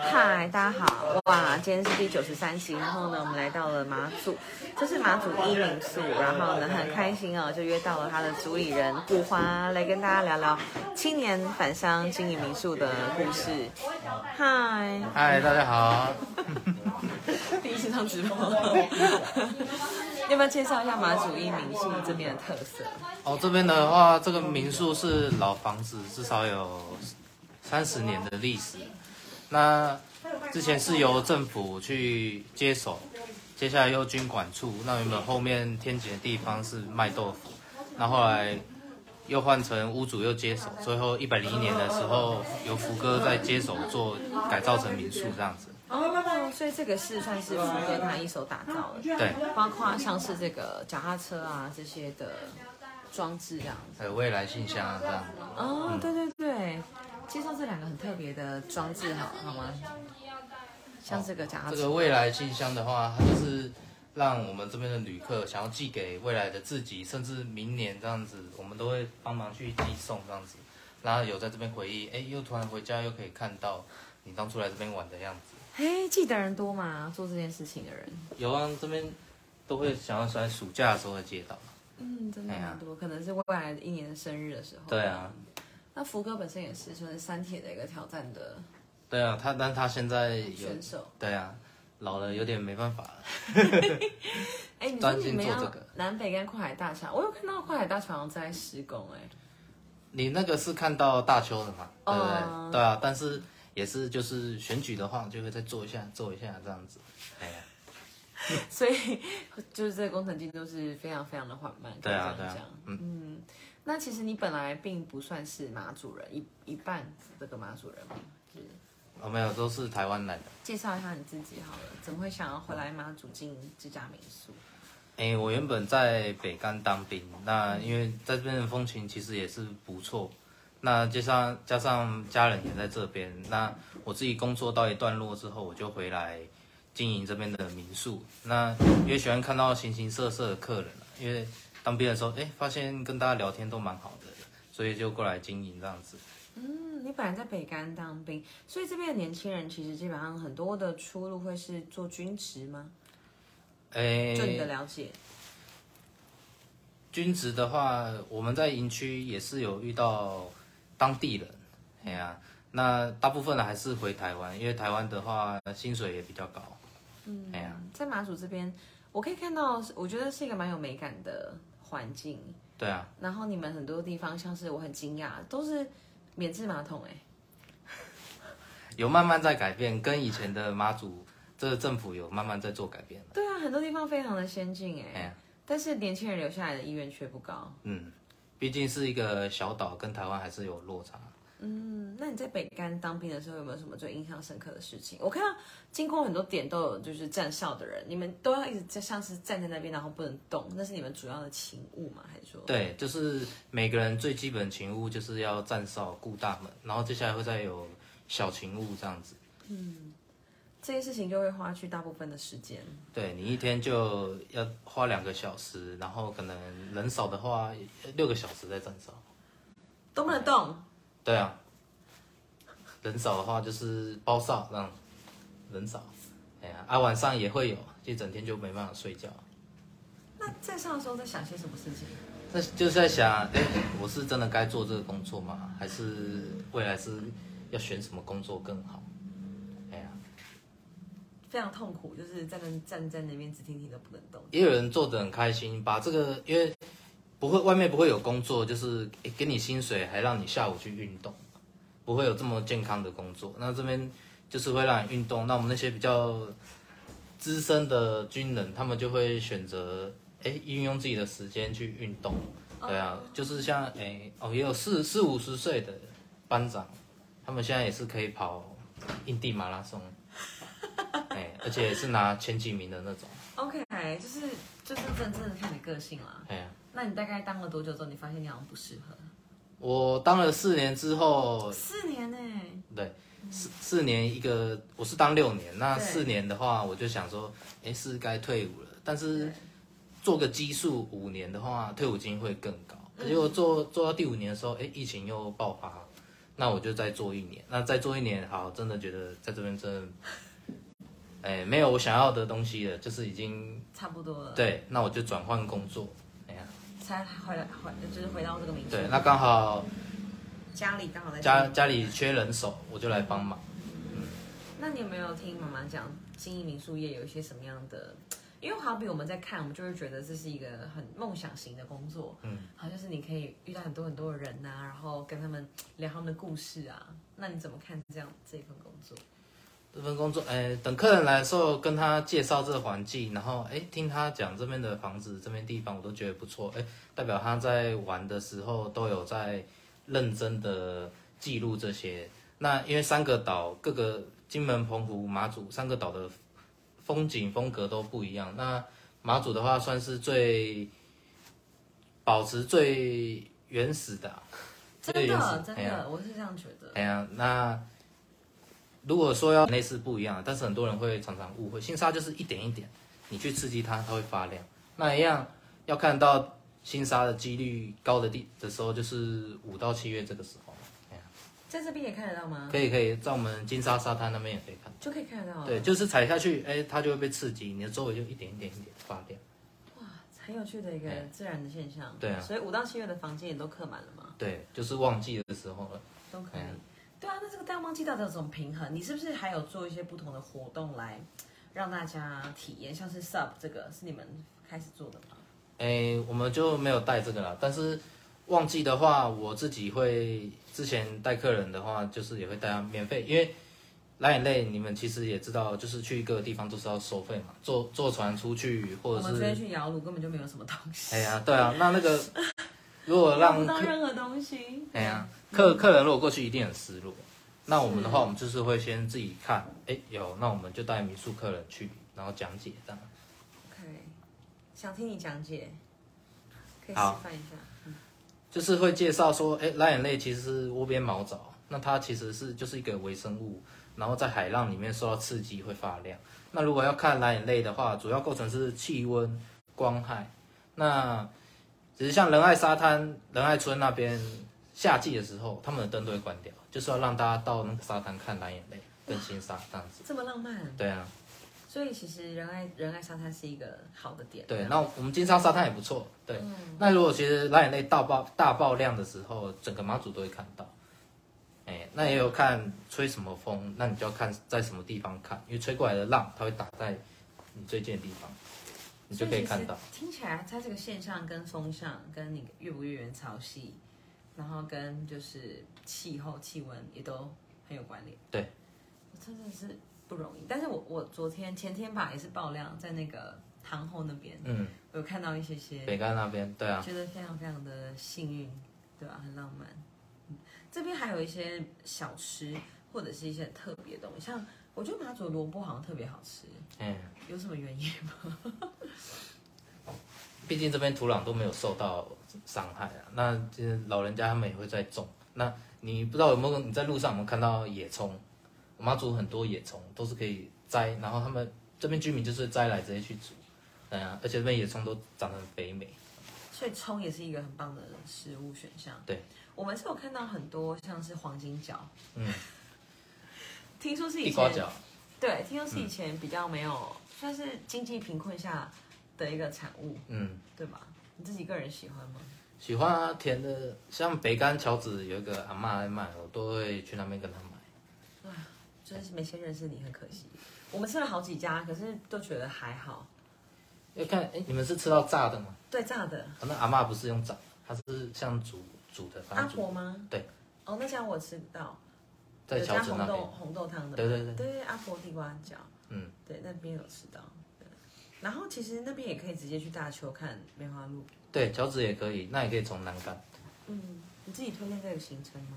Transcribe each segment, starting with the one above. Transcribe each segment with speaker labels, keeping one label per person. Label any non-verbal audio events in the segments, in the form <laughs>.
Speaker 1: 嗨，大家好！哇，今天是第九十三期，然后呢，我们来到了马祖，这是马祖一民宿，然后呢，很开心哦，就约到了他的主理人顾花来跟大家聊聊青年返乡经营民宿的故事。嗨，
Speaker 2: 嗨，大家好。 <laughs>
Speaker 1: 第一次上直 <laughs> 播，要不要介绍一下马祖一民宿这边的特色？
Speaker 2: 哦，这边的话，这个民宿是老房子，至少有三十年的历史。那之前是由政府去接手，接下来又军管处。那原本后面天井的地方是卖豆腐，那后来又换成屋主又接手，最后一百零一年的时候由福哥再接手做改造成民宿这样子。
Speaker 1: 哦，所以这个是算是福哥他一手打造的。
Speaker 2: 对，
Speaker 1: 包括像是这个脚踏车啊这些的装置这样子。
Speaker 2: 还有未来信箱啊这样。
Speaker 1: 哦，对对对，介绍这两个很特别的装置好，好吗？像这个脚啊踏
Speaker 2: 哦这
Speaker 1: 车，
Speaker 2: 个未来信箱的话，它就是让我们这边的旅客想要寄给未来的自己，甚至明年这样子，我们都会帮忙去寄送这样子。然后有在这边回忆，哎，又突然回家又可以看到你当初来这边玩的样子。
Speaker 1: 哎，记得人多吗？做这件事情的人，
Speaker 2: 有啊，这边都会想要在暑假的时候会接到。
Speaker 1: 嗯，真的
Speaker 2: 哎呀
Speaker 1: 蛮多，可能是未来一年的生日的时候。
Speaker 2: 对啊，
Speaker 1: 那福哥本身也是就是三铁的一个挑战的
Speaker 2: 对啊，他但他现在有
Speaker 1: 选手。
Speaker 2: 对啊，老了有点没办法了。
Speaker 1: 哎，你说
Speaker 2: 专
Speaker 1: 你
Speaker 2: 心
Speaker 1: 们
Speaker 2: 做
Speaker 1: 要
Speaker 2: 这个
Speaker 1: 南北跟跨海大桥，我有看到跨海大桥好像在施工哎、
Speaker 2: 你那个是看到大邱的嘛？对不对？
Speaker 1: 哦
Speaker 2: 对啊，但是也是就是选举的话，就会再做一下，做一下这样子。哎呀，
Speaker 1: 所以 <laughs> 就是这个工程进度是非常非常的缓慢，可
Speaker 2: 对
Speaker 1: 以
Speaker 2: 啊，
Speaker 1: 这
Speaker 2: 对
Speaker 1: 样
Speaker 2: 啊
Speaker 1: 讲。，
Speaker 2: 嗯，
Speaker 1: 那其实你本来并不算是马主人，一一半这个马主人嘛。就是
Speaker 2: 哦，没有，都是台湾来的。
Speaker 1: 介绍一下你自己好了，怎么会想要回来马祖经营这家民宿？
Speaker 2: 哎，我原本在北干当兵，那因为在这边的风情其实也是不错，那加上加上家人也在这边，那我自己工作到一段落之后，我就回来经营这边的民宿。那也喜欢看到形形色色的客人啊因为当兵的时候，哎，发现跟大家聊天都蛮好的，所以就过来经营这样子。
Speaker 1: 嗯，你本来在北干当兵，所以这边的年轻人其实基本上很多的出路会是做军职吗？
Speaker 2: 哎，
Speaker 1: 就你的了解，
Speaker 2: 军职的话，我们在营区也是有遇到当地人，哎呀、那大部分的还是回台湾，因为台湾的话薪水也比较高。嗯，哎呀、
Speaker 1: 在马祖这边，我可以看到，我觉得是一个蛮有美感的环境。
Speaker 2: 对啊，
Speaker 1: 然后你们很多地方，像是我很惊讶，都是免治马桶哎、
Speaker 2: 有慢慢在改变，跟以前的妈祖这个政府有慢慢在做改变。
Speaker 1: 对啊，很多地方非常的先进哎、
Speaker 2: 哎呀
Speaker 1: 但是年轻人留下来的意愿却不高。
Speaker 2: 嗯，毕竟是一个小岛，跟台湾还是有落差。
Speaker 1: 嗯，那你在北干当兵的时候有没有什么最印象深刻的事情？我看到经过很多点都有就是站哨的人，你们都要一直在像是站在那边，然后不能动，那是你们主要的勤务吗？还是说？
Speaker 2: 对，就是每个人最基本勤务就是要站哨、顾大门，然后接下来会再有小勤务这样子。
Speaker 1: 这件事情就会花去大部分的时间。
Speaker 2: 对你一天就要花两个小时，然后可能人少的话六个小时在站哨。
Speaker 1: 都不能动，
Speaker 2: 对啊，人少的话就是包哨这样，人少。哎呀，啊晚上也会有，一整天就没办法睡觉。
Speaker 1: 那站哨的时候在想些什么事情？
Speaker 2: 那就是在想，哎，我是真的该做这个工作吗？还是未来是要选什么工作更好？哎呀，
Speaker 1: 非常痛苦，就是在那站在那边直挺挺的不能动。
Speaker 2: 也有人做的很开心，把这个因为不会外面不会有工作，就是诶给你薪水，还让你下午去运动，不会有这么健康的工作。那这边就是会让你运动。那我们那些比较资深的军人，他们就会选择诶运用自己的时间去运动。对啊，就是像诶哦，也有四四五十岁的班长，他们现在也是可以跑印地马拉松，哎，而且是拿前几名的那种，
Speaker 1: OK，就是就是真正的看你个性啦。
Speaker 2: 哎呀。
Speaker 1: 那你大概当了多久之后，你发现你好像不适合？
Speaker 2: 我当了四年之后，
Speaker 1: 四年呢、
Speaker 2: 对，四四年一个，我是当六年。那
Speaker 1: 对
Speaker 2: 四年的话，我就想说，哎，是该退伍了。但是
Speaker 1: 对
Speaker 2: 做个基数五
Speaker 1: 嗯
Speaker 2: 年的话，退伍金会更高。结果做做到第五年的时候，哎，疫情又爆发，那我就再做一年。那再做一年，好，真的觉得在这边真的，哎，没有我想要的东西了，就是已经
Speaker 1: 差不多了，
Speaker 2: 对，那我就转换工作。哎呀，
Speaker 1: 才回来回就是回到这个民宿，
Speaker 2: 对，那刚好
Speaker 1: 家里刚好在
Speaker 2: 家家里缺人手，我就来帮忙。
Speaker 1: 那你有没有听妈妈讲经营民宿业有一些什么样的？因为好比我们在看，我们就会觉得这是一个很梦想型的工作，嗯，好像就是你可以遇到很多很多的人呐、然后跟他们聊他们的故事啊。那你怎么看这样这份工作？
Speaker 2: 这份工作，哎，等客人来的时候，跟他介绍这个环境，然后哎，听他讲这边的房子、这边地方，我都觉得不错，哎，代表他在玩的时候都有在认真的记录这些。那因为三个岛各个金门、澎湖、马祖三个岛的风景风格都不一样。那马祖的话，算是最保持最原始的啊、
Speaker 1: 真的
Speaker 2: 这个
Speaker 1: 真
Speaker 2: 也是哎呀
Speaker 1: 的，我是这样觉得。
Speaker 2: 哎呀，那如果说要类似不一样，但是很多人会常常误会，新沙就是一点一点，你去刺激它，它会发亮。那一样要看到新沙的几率高的地的时候，就是五到七月这个时候。哎呀
Speaker 1: 在这边也看得到吗？
Speaker 2: 可以可以，在我们金沙沙滩那边也可以看。
Speaker 1: 就可以看得到啊。
Speaker 2: 对，就是踩下去，哎，它就会被刺激，你的周围就一点一点一点发亮。
Speaker 1: 很有趣的一个自然的现象。
Speaker 2: 对啊
Speaker 1: 所以五到七月的房间也都客满了吗？
Speaker 2: 对，就是旺季的时候了。
Speaker 1: 都可以
Speaker 2: 嗯。
Speaker 1: 对啊，那这个淡旺季到底有什么平衡？你是不是还有做一些不同的活动来让大家体验？像是 sub 这个是你们开始做的吗？
Speaker 2: 哎，我们就没有带这个啦。但是旺季的话，我自己会之前带客人的话，就是也会带他免费，因为蓝眼泪你们其实也知道，就是去一个地方都是要收费嘛，坐坐船出去
Speaker 1: 我
Speaker 2: 或
Speaker 1: 们
Speaker 2: 者
Speaker 1: 昨天
Speaker 2: 是
Speaker 1: 去窑炉根本就没有什么东西，
Speaker 2: 哎呀，对啊，那
Speaker 1: <laughs>
Speaker 2: 那个如果
Speaker 1: 看不
Speaker 2: 让
Speaker 1: 到
Speaker 2: 客
Speaker 1: 任何东西。
Speaker 2: 哎呀客客人如果过去一定很失落。那我们的话，我们就是会先自己看，哎有，那我们就带民宿客人去，然后讲解这样。
Speaker 1: ，OK，想听你讲解，可以示
Speaker 2: 好
Speaker 1: 范一下。
Speaker 2: 就是会介绍说，哎，蓝眼泪其实是窝边毛藻，那它其实是就是一个微生物，然后在海浪里面受到刺激会发亮。那如果要看蓝眼泪的话，主要构成是气温、光害。那只是像仁爱沙滩、仁爱村那边，夏季的时候，他们的灯都会关掉，就是要让大家到那个沙滩看蓝眼泪跟新沙这样子。
Speaker 1: 这么浪漫，
Speaker 2: 对啊，
Speaker 1: 所以其实仁爱仁爱沙滩是一个好的点。
Speaker 2: 对，那我们金沙沙滩也不错。对，
Speaker 1: 嗯
Speaker 2: 那如果其实蓝眼泪大爆大爆量的时候，整个马祖都会看到。哎，那也有看吹什么风，那你就要看在什么地方看，因为吹过来的浪它会打在你最近的地方，你就可以看到。。
Speaker 1: 听起来，它这个现象跟风向、跟你月不月圆潮汐，然后跟就是气候、气温也都很有关联。
Speaker 2: 对，
Speaker 1: 我真的是不容易。但是我我昨天前天吧也是爆量，在那个航后那边，
Speaker 2: 嗯，
Speaker 1: 我有看到一些些，
Speaker 2: 北干那边，对啊，
Speaker 1: 觉得非常非常的幸运，对吧、很浪漫。嗯，这边还有一些小吃或者是一些很特别的东西，像我觉得马祖的萝卜好像特别好吃，
Speaker 2: 嗯，
Speaker 1: 有什么原因吗？
Speaker 2: 毕竟这边土壤都没有受到伤害啊。那其实老人家他们也会在种。那你不知道有没有你在路上有没有看到野葱？我妈煮很多野葱，都是可以摘，然后他们这边居民就是摘来直接去煮。对啊，而且这边野葱都长得很肥美。
Speaker 1: 所以葱也是一个很棒的食物选项。
Speaker 2: 对，
Speaker 1: 我们是有看到很多像是黄金角，
Speaker 2: 嗯，
Speaker 1: <laughs> 听说是以
Speaker 2: 地瓜
Speaker 1: 前
Speaker 2: 角，嗯
Speaker 1: 对，听说是以前比较没有、算是经济贫困下的一个产物，
Speaker 2: 嗯，
Speaker 1: 对吧？你自己个人喜欢吗？
Speaker 2: 喜欢啊，甜的，像北干桥子有一个阿嬷在卖，我都会去那边跟她买。
Speaker 1: 就是没先认识你，很可惜。我们吃了好几家，可是都觉得还好。
Speaker 2: 要看，哎，你们是吃到炸的吗？
Speaker 1: 对炸的
Speaker 2: 啊那阿嬷不是用炸，她是像煮煮的，反
Speaker 1: 阿
Speaker 2: 正煮
Speaker 1: 婆吗？
Speaker 2: 对，
Speaker 1: 哦，那家我吃到，
Speaker 2: 在
Speaker 1: 有
Speaker 2: 桥
Speaker 1: 加
Speaker 2: 子
Speaker 1: 红
Speaker 2: 那边
Speaker 1: 豆。红豆汤的。
Speaker 2: 对对对。
Speaker 1: 对阿婆地瓜饺，
Speaker 2: 嗯，
Speaker 1: 对，那边有吃到。对，然后其实那边也可以直接去大邱看梅花鹿。
Speaker 2: 对，脚趾也可以，那也可以从南竿。
Speaker 1: 嗯，你自己推荐这个行程吗？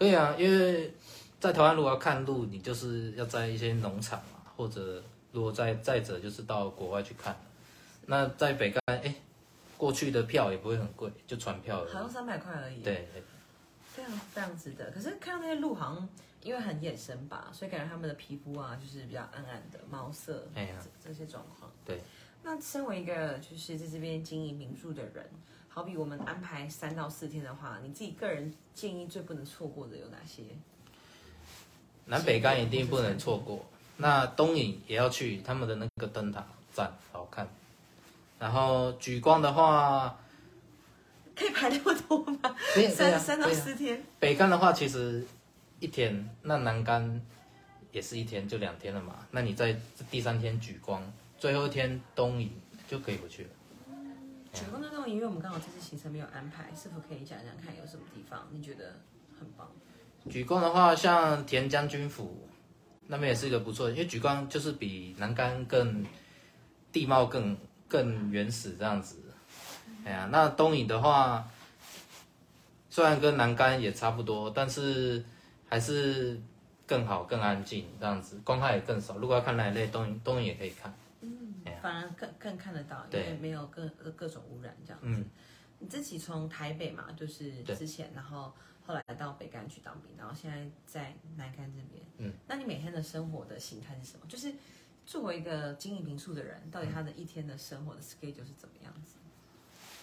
Speaker 2: 可以啊，因为在台湾如果要看路，你就是要在一些农场嘛，或者如果再再者就是到国外去看。那在北干，哎，过去的票也不会很贵，就船票
Speaker 1: 好
Speaker 2: 而
Speaker 1: 像三百块而已，
Speaker 2: 已。，对，对
Speaker 1: 非常非常值得。可是看到那些鹿，好像因为很野生吧，所以感觉它们的皮肤啊，就是比较暗暗的毛色，
Speaker 2: 哎呀
Speaker 1: 这这些状况。
Speaker 2: 对，
Speaker 1: 那身为一个就是在这边经营民宿的人，好比我们安排三到四天的话，你自己个人建议最不能错过的有哪些？
Speaker 2: 南北干一定不能错过。那东影也要去，他们的那个灯塔站好看。然后举光的话，
Speaker 1: 可以排那么多吗？
Speaker 2: 可以可以
Speaker 1: 三
Speaker 2: 啊
Speaker 1: 三到
Speaker 2: 可以啊
Speaker 1: 四天，
Speaker 2: 北干的话其实一天，那南干也是一天，就两天了嘛。那你在第三天举光，最后一天东影就可以回去了。嗯
Speaker 1: 九宫那种，因为我们刚好这次行程没有安排，是否可以讲讲看有什么地方你觉得很棒？
Speaker 2: 举光的话，像田将军府那边也是一个不错的，因为举光就是比南竿更地貌更更原始这样子。哎呀，那东引的话，虽然跟南竿也差不多，但是还是更好、更安静这样子，光害也更少。如果要看哪一类，东引东引也可以看。哎
Speaker 1: 反而更更看得到，因
Speaker 2: 对
Speaker 1: 为没有各各各种污染这样子。
Speaker 2: 嗯
Speaker 1: 你自己从台北嘛，就是
Speaker 2: 对
Speaker 1: 之前，然后后来到北干去当兵，然后现在在南干这边。
Speaker 2: 嗯，
Speaker 1: 那你每天的生活的形态是什么？就是作为一个经营民宿的人，到底他的一天的生活的 schedule 是怎么样子？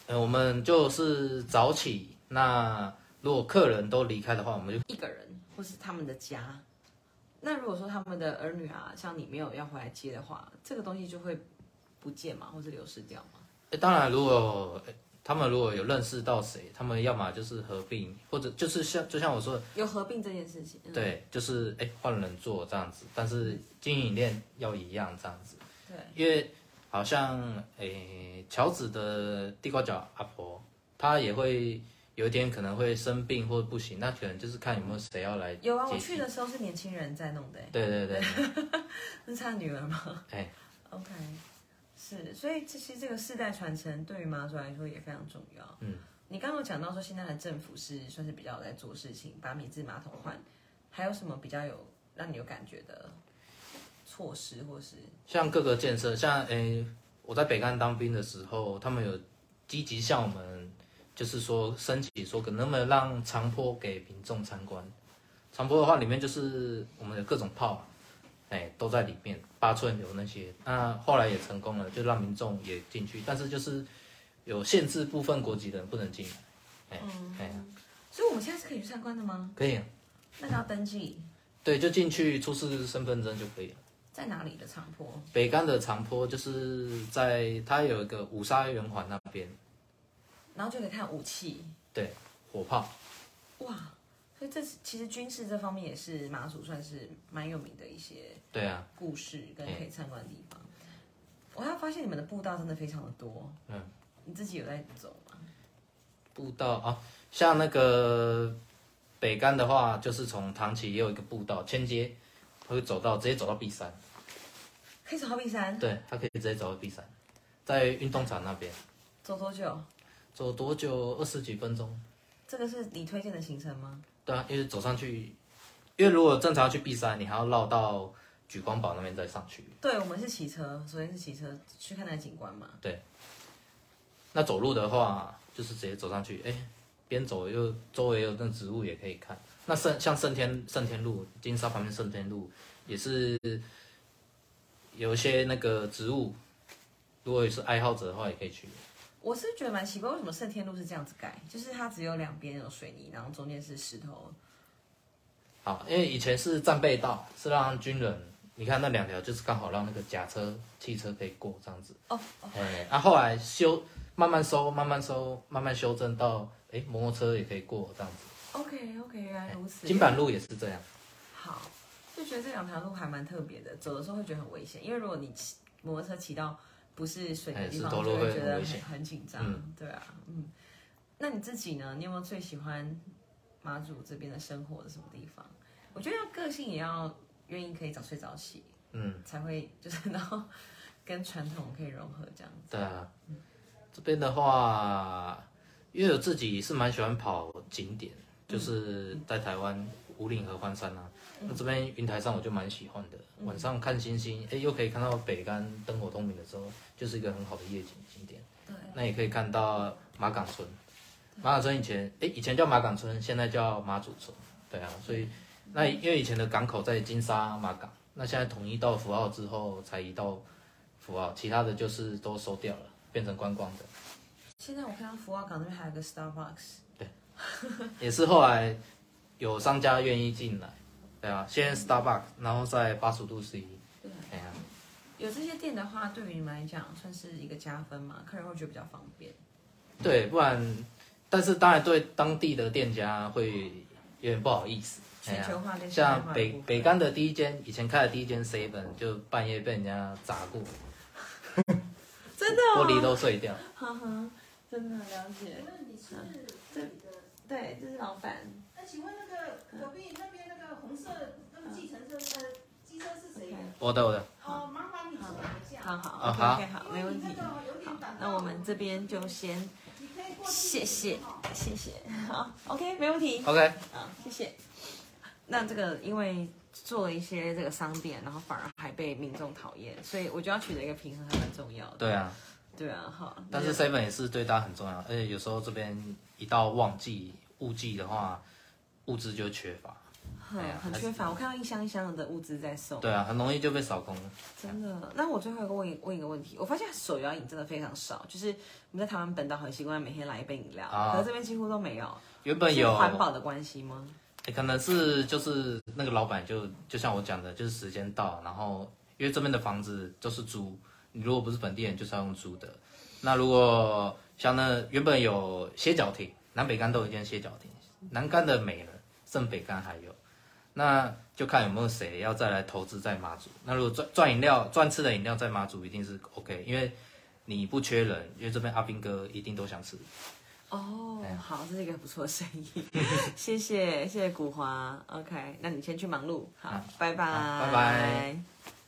Speaker 2: 呃，我们就是早起，那如果客人都离开的话，我们就
Speaker 1: 一个人，或是他们的家。那如果说他们的儿女啊，像你没有要回来接的话，这个东西就会不见嘛，或者流失掉嘛。
Speaker 2: 欸当然，如果、欸他们如果有认识到谁，他们要么就是合并，或者就是像就像我说的，
Speaker 1: 有合并这件事情，嗯、
Speaker 2: 对，就是哎换、人做这样子，但是经营链要一样这样子，
Speaker 1: 对，
Speaker 2: 因为好像诶乔子的地瓜脚阿婆，她也会有一天可能会生病或者不行，那可能就是看有没有谁要来
Speaker 1: 有啊，我
Speaker 2: 接
Speaker 1: 去的时候是年轻人在弄的、欸，
Speaker 2: 对对
Speaker 1: <laughs>
Speaker 2: 对，
Speaker 1: 那是他女儿吗？
Speaker 2: 哎，
Speaker 1: OK，是，所以其实这个世代传承对于妈祖来说也非常重要。
Speaker 2: 嗯，
Speaker 1: 你刚刚有讲到说现在的政府是算是比较有在做事情，把米字马桶换，还有什么比较有让你有感觉的措施，或是
Speaker 2: 像各个建设，像诶、我在北干当兵的时候，他们有积极向我们，就是说申请说，可能不能让长坡给民众参观。长坡的话，里面就是我们的各种炮，哎、都在里面，八寸有那些。那后来也成功了，就让民众也进去，但是就是有限制部分国籍的人不能进来。哎、哎、
Speaker 1: 所以我们现在是可以去参观的吗？
Speaker 2: 可以啊，
Speaker 1: 那个要登记
Speaker 2: 对，就进去出示身份证就可以了。
Speaker 1: 在哪里的长坡？
Speaker 2: 北干的长坡就是在它有一个五沙圆环那边。
Speaker 1: 然后就可以看武器，
Speaker 2: 对，火炮，
Speaker 1: 哇！所以这是其实军事这方面也是马祖算是蛮有名的一些
Speaker 2: 对啊，
Speaker 1: 故事跟可以参观的地方。我还发现你们的步道真的非常的多，
Speaker 2: 嗯，
Speaker 1: 你自己有在走吗？
Speaker 2: 步道啊，像那个北干的话，就是从唐崎也有一个步道，千街，它会走到直接走到 B 山，
Speaker 1: 可以走好比山，
Speaker 2: 对，它可以直接走到 B 山，在运动场那边，
Speaker 1: 走多久？
Speaker 2: 走多久？二十几分钟，
Speaker 1: 这个是你推荐的行程吗？
Speaker 2: 对啊，因为走上去，因为如果正常去 B 山，你还要绕到举光堡那边再上去，
Speaker 1: 对，我们是骑车，昨天是骑车去看那个景观嘛。
Speaker 2: 那走路的话，就是直接走上去，哎，边走又周围有那植物也可以看。那圣像圣天圣天路，金沙旁边圣天路也是有一些那个植物，如果是爱好者的话，也可以去。
Speaker 1: 我是觉得蛮奇怪，为什么圣天路是这样子盖？就是它只有两边有水泥，然后中间是石头。
Speaker 2: 好，因为以前是战备道，是让军人，你看那两条就是刚好让那个甲车、汽车可以过这样子。
Speaker 1: 哦，
Speaker 2: 哎，啊，后来修慢慢收，慢慢收，慢慢修正到，哎，摩托车也可以过这样子。
Speaker 1: OK OK，原来如此。
Speaker 2: 金板路也是这样。
Speaker 1: 好，就觉得这两条路还蛮特别的，走的时候会觉得很危险，因为如果你骑摩托车骑到不是水泥的地
Speaker 2: 哎
Speaker 1: 方，
Speaker 2: 石头路
Speaker 1: 就
Speaker 2: 会
Speaker 1: 会
Speaker 2: 很
Speaker 1: 觉得
Speaker 2: 危
Speaker 1: 很
Speaker 2: 险
Speaker 1: 很紧张。对啊，嗯。那你自己呢？你有没有最喜欢马祖这边的生活的什么地方？我觉得要个性也要愿意可以早睡早起，
Speaker 2: 嗯，
Speaker 1: 才会 <laughs> 就是然后跟传统可以融合这样。
Speaker 2: 对啊，这边的话，因为我自己是蛮喜欢跑景点，就是在台湾五岭合欢山啊，
Speaker 1: 嗯
Speaker 2: 那这边云台上我就蛮喜欢的。晚上看星星，哎，又可以看到北干灯火通明的时候，就是一个很好的夜景景点。
Speaker 1: 对，
Speaker 2: 那也可以看到马岗村，马岗村以前哎以前叫马岗村，现在叫马祖村。对啊，
Speaker 1: 嗯
Speaker 2: 所以那因为以前的港口在金沙马港，那现在统一到福澳之后才移到福澳，其他的就是都收掉了，变成观光的。
Speaker 1: 现在我看到福华港那边还有个 Starbucks，
Speaker 2: 也是后来有商家愿意进来，对啊，先 Starbucks，然后在八十度 C，
Speaker 1: 嗯对啊
Speaker 2: 哎呀、
Speaker 1: 有这些店的话，对于你们来讲算是一个加分嘛，客人会觉得比较方便。
Speaker 2: 对，不然，但是当然对当地的店家会有点不好意思。哎
Speaker 1: 全
Speaker 2: 呀
Speaker 1: 球化跟现代
Speaker 2: 像
Speaker 1: 化的
Speaker 2: 北
Speaker 1: 部分
Speaker 2: 北干的第一间，以前开的第一间 seven 就半夜被人家砸过，
Speaker 1: <laughs> 真的、
Speaker 2: <laughs> 玻
Speaker 1: 哦，
Speaker 2: 璃都碎掉。
Speaker 1: 哈哈，真的了解。
Speaker 3: 那你是
Speaker 1: 这嗯对，这是老板。
Speaker 3: 那请问那个隔壁那边那个红色那个计程车呃机车是谁的？
Speaker 2: 我的我的，
Speaker 3: 哦，麻烦你指导一下。
Speaker 1: 好好
Speaker 2: 啊
Speaker 1: ，OK
Speaker 2: 好
Speaker 1: OK，好，没问题。好，那我们这边就先
Speaker 3: 你可以过去
Speaker 1: 谢谢，谢谢， <laughs> 好，OK，没问题。
Speaker 2: OK，
Speaker 1: 啊，谢谢。那这个因为做了一些这个商店，然后反而还被民众讨厌，所以我就要取得一个平衡，还蛮重要的。
Speaker 2: 对啊，
Speaker 1: 对啊，好。
Speaker 2: 但是 seven 也是对大家很重要，而且有时候这边一到旺季雾季的话，物资就缺乏。
Speaker 1: 很
Speaker 2: 哎呀
Speaker 1: 很
Speaker 2: 还是
Speaker 1: 缺乏，我看到一箱一箱的物资在送，
Speaker 2: 对啊，很容易就被扫空了。
Speaker 1: 真的。那我最后一个问一问一个问题，我发现手摇饮真的非常少，就是我们在台湾本岛很习惯每天来一杯饮料，
Speaker 2: 啊
Speaker 1: 可是这边几乎都没有。
Speaker 2: 原本
Speaker 1: 是
Speaker 2: 有
Speaker 1: 环保的关系吗？
Speaker 2: 欸可能是就是那个老板就就像我讲的，就是时间到，然后因为这边的房子就是租，你如果不是本地人，就是要用租的。那如果像那原本有歇脚亭，南北干都有一间歇脚亭，南干的没了，剩北干还有，那就看有没有谁要再来投资在马祖。那如果赚赚饮料、赚吃的饮料在马祖一定是 OK，因为你不缺人，因为这边阿兵哥一定都想吃。
Speaker 1: 哦，好，这是一个不错的生意， <laughs> 谢谢谢谢古华，OK，那你先去忙碌，好，拜拜，啊
Speaker 2: 好拜拜。